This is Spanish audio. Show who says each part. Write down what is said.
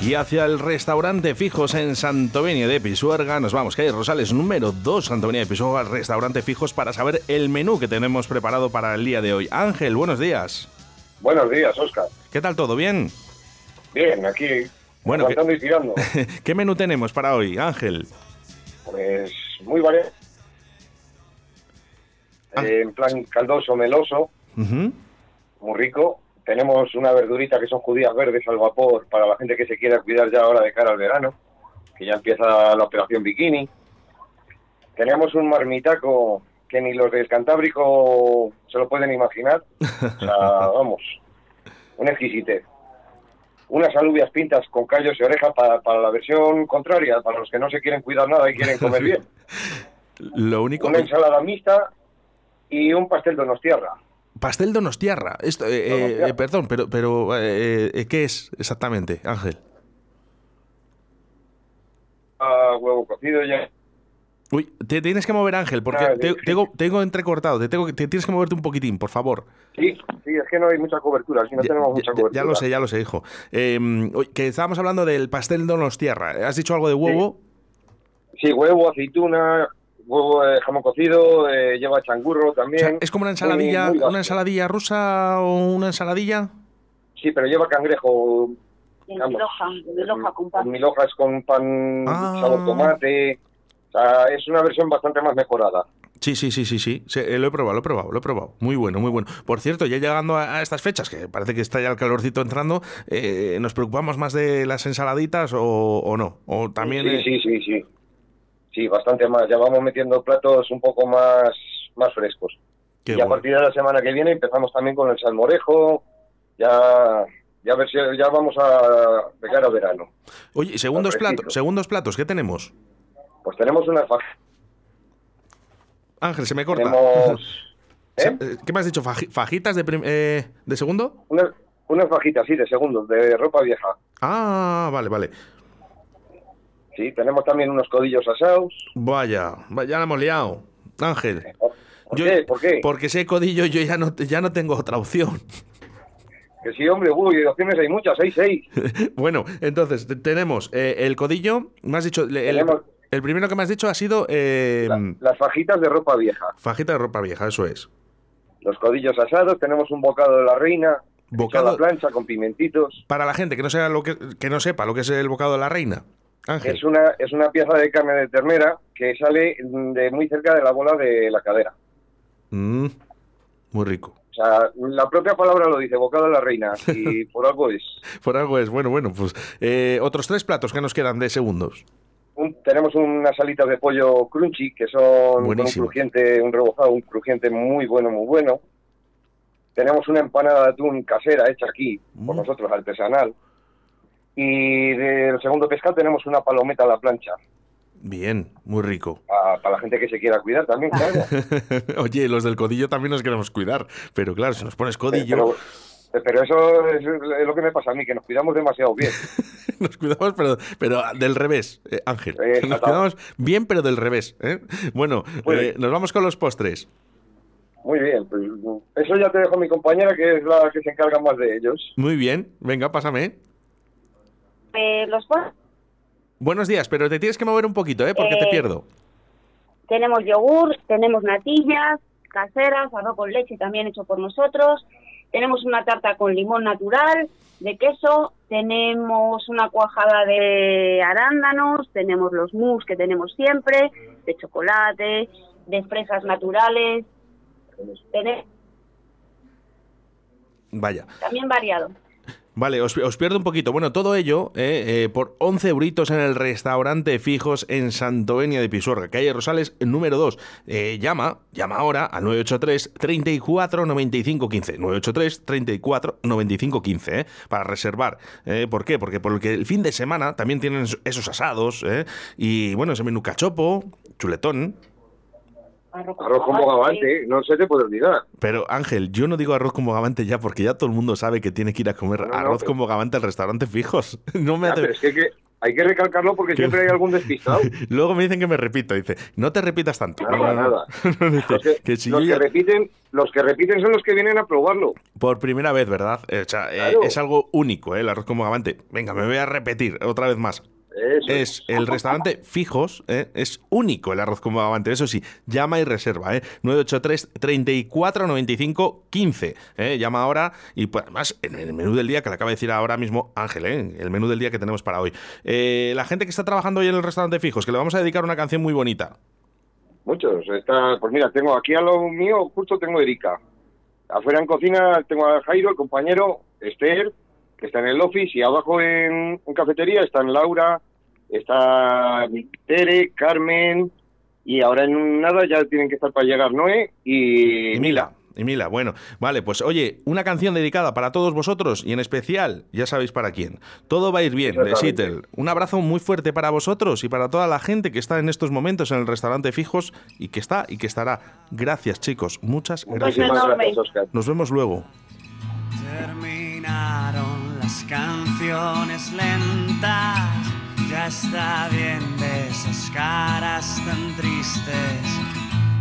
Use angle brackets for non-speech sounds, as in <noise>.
Speaker 1: y hacia el restaurante Fijos en Santovenia de Pisuerga. Nos vamos, calle Rosales número 2, Santovenia de Pisuerga, restaurante Fijos, para saber el menú que tenemos preparado para el día de hoy. Ángel, buenos días.
Speaker 2: Buenos días, Oscar.
Speaker 1: ¿Qué tal todo? ¿Bien? <laughs>
Speaker 2: Bien, aquí.
Speaker 1: Bueno,
Speaker 2: aguantando y
Speaker 1: <laughs>
Speaker 2: tirando.
Speaker 1: ¿Qué menú tenemos para hoy, Ángel?
Speaker 2: Pues muy variado.
Speaker 1: Ah.
Speaker 2: Eh, en plan caldoso, meloso,
Speaker 1: Ujú.
Speaker 2: muy rico. Tenemos una verdurita que son judías verdes al vapor para la gente que se quiera cuidar ya ahora de cara al verano, que ya empieza la operación bikini. Tenemos un marmitaco que ni los del Cantábrico se lo pueden imaginar. O sea, vamos, un exquisitez. Unas alubias pintas con callos y orejas para, para la versión contraria, para los que no se quieren cuidar nada y quieren comer bien.
Speaker 1: Lo único
Speaker 2: Una
Speaker 1: que...
Speaker 2: ensalada mixta y un pastel donostiarra.
Speaker 1: Pastel Donostiarra. Esto, eh, eh,
Speaker 2: Donostiarra.
Speaker 1: eh, perdón, pero, pero eh, eh, ¿qué es exactamente, Ángel?
Speaker 2: Ah, huevo cocido ya.
Speaker 1: Uy, te tienes que mover, Ángel, porque
Speaker 2: Ah,
Speaker 1: te-
Speaker 2: sí.
Speaker 1: tengo, tengo entrecortado. Te, tengo, que- te tienes que moverte un poquitín, por favor.
Speaker 2: Sí, sí, es que no hay mucha cobertura, aquí no
Speaker 1: Ya-
Speaker 2: tenemos
Speaker 1: ya- ya-
Speaker 2: mucha cobertura.
Speaker 1: Ya lo sé, ya lo sé, hijo. Eh, oye, que estábamos hablando del pastel Donostiarra. ¿Has dicho algo de huevo?
Speaker 2: Sí, huevo, aceituna, huevo, eh, jamón cocido, eh, lleva changurro
Speaker 1: O sea,
Speaker 2: también.
Speaker 1: ¿Es como una
Speaker 2: Muy-
Speaker 1: ensaladilla,
Speaker 2: muy
Speaker 1: una
Speaker 2: básico.
Speaker 1: ensaladilla rusa o una ensaladilla?
Speaker 2: Sí, pero lleva cangrejo.
Speaker 3: En
Speaker 2: vamos,
Speaker 3: Miloja, en Miloja, con pan.
Speaker 2: Miloja es con pan
Speaker 1: Ah.
Speaker 2: sabor tomate. O sea, es una versión bastante más mejorada.
Speaker 1: Sí, sí, sí, sí, sí. Sí, eh, lo he probado, lo he probado, lo he probado. Muy bueno, muy bueno. Por cierto, ya llegando a, a estas fechas, que parece que está ya el calorcito entrando, eh, ¿nos preocupamos más de las ensaladitas o, o no? O también...
Speaker 2: Sí,
Speaker 1: eh,
Speaker 2: sí, sí, sí. Sí, bastante más. Ya vamos metiendo platos un poco más, más frescos.
Speaker 1: qué
Speaker 2: y a
Speaker 1: bueno.
Speaker 2: partir de la semana que viene empezamos también con el salmorejo. Ya, ya, a ver si, ya vamos a de cara a verano.
Speaker 1: Oye, segundos
Speaker 2: Fresquito.
Speaker 1: platos, segundos platos, ¿qué tenemos?
Speaker 2: Pues tenemos una faja.
Speaker 1: Ángel, se me corta. <laughs>
Speaker 2: Tenemos. ¿eh?
Speaker 1: Se- eh, ¿Qué me has dicho? Faji- ¿Fajitas de, prim- eh, de segundo?
Speaker 2: Unas, unas fajitas, sí, de segundos, de ropa vieja.
Speaker 1: Ah, vale, vale.
Speaker 2: Sí, tenemos también unos codillos asados.
Speaker 1: Vaya, va- ya la hemos liado. Ángel.
Speaker 2: ¿Por
Speaker 1: yo-
Speaker 2: qué? ¿Por qué?
Speaker 1: Porque ese codillo yo ya no, ya no tengo otra opción. <laughs>
Speaker 2: Que sí, hombre, uy, opciones hay muchas,
Speaker 1: <laughs>
Speaker 2: hay seis.
Speaker 1: Bueno, entonces te- tenemos eh, el codillo, me has dicho, le- el,
Speaker 2: Tenemos-
Speaker 1: el primero que me has dicho ha sido eh,
Speaker 2: La- las fajitas de ropa vieja.
Speaker 1: fajita de ropa vieja, eso es.
Speaker 2: Los codillos asados, tenemos un bocado de la reina.
Speaker 1: Bocado-
Speaker 2: hecho a la plancha con pimentitos.
Speaker 1: Para la gente que no, sea lo que, que no sepa lo que es el bocado de la reina, Ángel.
Speaker 2: Es una, es una pieza de carne de ternera que sale de muy cerca de la bola de la cadera.
Speaker 1: Mm, muy rico.
Speaker 2: O sea, la propia palabra lo dice, bocado de la reina,
Speaker 1: <laughs>
Speaker 2: y por algo es.
Speaker 1: Por algo es, bueno, bueno, pues eh, otros tres platos que nos quedan de segundos.
Speaker 2: Un- tenemos unas alitas de pollo crunchy que son con un
Speaker 1: Buenísimo.
Speaker 2: crujiente, un rebozado, un crujiente muy bueno, muy bueno. Tenemos una empanada de atún casera hecha aquí por
Speaker 1: Mm.
Speaker 2: nosotros, artesanal. Y del segundo pescado tenemos una palometa a la plancha,
Speaker 1: Bien, muy rico.
Speaker 2: pa- para la gente que se quiera
Speaker 1: <laughs>
Speaker 2: cuidar también, claro.
Speaker 1: Oye, los del codillo también nos queremos cuidar, pero claro, si nos pones codillo,
Speaker 2: Pero, eh, pero eso es lo que me pasa a mí, que nos cuidamos demasiado bien.
Speaker 1: <laughs> Nos cuidamos, pero, pero del revés, eh, Ángel.
Speaker 2: Exacto.
Speaker 1: <laughs> Nos cuidamos bien, pero del revés. ¿eh? Bueno,
Speaker 2: Muy
Speaker 1: eh,
Speaker 2: bien.
Speaker 1: nos vamos con los postres.
Speaker 2: Muy bien, pues eso ya te dejo a mi compañera, que es la que se encarga más de ellos.
Speaker 1: Muy bien, venga, pásame.
Speaker 3: Eh, los postres,
Speaker 1: Buenos días, pero te tienes que mover un poquito, ¿eh? porque te
Speaker 3: Eh,
Speaker 1: pierdo.
Speaker 3: tenemos yogur, tenemos natillas caseras, arroz con leche también hecho por nosotros, tenemos una tarta con limón natural, de queso, tenemos una cuajada de arándanos, tenemos los mousse que tenemos siempre, de chocolate, de fresas naturales, tenemos
Speaker 1: Vaya.
Speaker 3: también variado.
Speaker 1: Vale, os, os pierdo un poquito. Bueno, todo ello eh, eh, por 11 euritos en el restaurante Fijos en Santovenia de Pisuerga, calle Rosales número 2. Eh, llama, llama ahora al 983 34 95 15. 983 34 95 15, eh, para reservar. Eh, ¿Por qué? Porque porque el fin de semana también tienen es- esos asados eh, y bueno, ese menú cachopo, chuletón.
Speaker 2: Arroz
Speaker 3: Ah,
Speaker 2: con bogavante, no se te puede olvidar.
Speaker 1: Pero Ángel, yo no digo arroz con bogavante ya porque ya todo el mundo sabe que tiene que ir a comer
Speaker 2: No, no,
Speaker 1: arroz
Speaker 2: pero-
Speaker 1: con bogavante al restaurante Fijos. <laughs> No me
Speaker 2: Ah,
Speaker 1: hace-
Speaker 2: pero es que, que- Hay que recalcarlo porque siempre hay
Speaker 1: <laughs>
Speaker 2: algún despistado.
Speaker 1: Luego me dicen que me repito. Dice, no te repitas tanto.
Speaker 2: Nada, nada.
Speaker 1: <laughs> Dice,
Speaker 2: Los que,
Speaker 1: que si
Speaker 2: los
Speaker 1: yo
Speaker 2: que
Speaker 1: ya-
Speaker 2: repiten, los que repiten son los que vienen a probarlo.
Speaker 1: Por primera vez, ¿verdad? Eh, o sea, eh,
Speaker 2: Claro.
Speaker 1: es algo único, ¿eh? el arroz con bogavante. Venga, me voy a repetir otra vez más.
Speaker 2: Eso
Speaker 1: Es el restaurante Fijos, ¿eh? es único el arroz con bogavante. Eso sí, llama y reserva, ¿eh? 983 34 95 15. ¿eh? Llama ahora y pues, además en el menú del día que le acaba de decir ahora mismo Ángel, ¿eh? el menú del día que tenemos para hoy. Eh, la gente que está trabajando hoy en el restaurante Fijos, que le vamos a dedicar una canción muy bonita.
Speaker 2: Muchos. Está, pues mira, tengo aquí a lo mío, justo tengo Erika. Afuera en cocina tengo a Jairo, el compañero, Esther, que está en el office, y abajo en, en cafetería están Laura, está Tere, Carmen, y ahora en nada ya tienen que estar para llegar Noé y, Mila.
Speaker 1: Y Mila, bueno, vale, pues oye, una canción dedicada para todos vosotros y en especial, ya sabéis para quién. Todo va a ir bien, de
Speaker 2: Exactamente.
Speaker 1: Seattle. Un abrazo muy fuerte para vosotros y para toda la gente que está en estos momentos en el restaurante Fijos y que está y que estará. Gracias, chicos, muchas gracias.
Speaker 2: Muchísimas
Speaker 3: enorme.
Speaker 2: gracias, Oscar.
Speaker 1: Nos vemos luego.
Speaker 4: Terminaron las canciones lentas, ya está bien de esas caras tan tristes.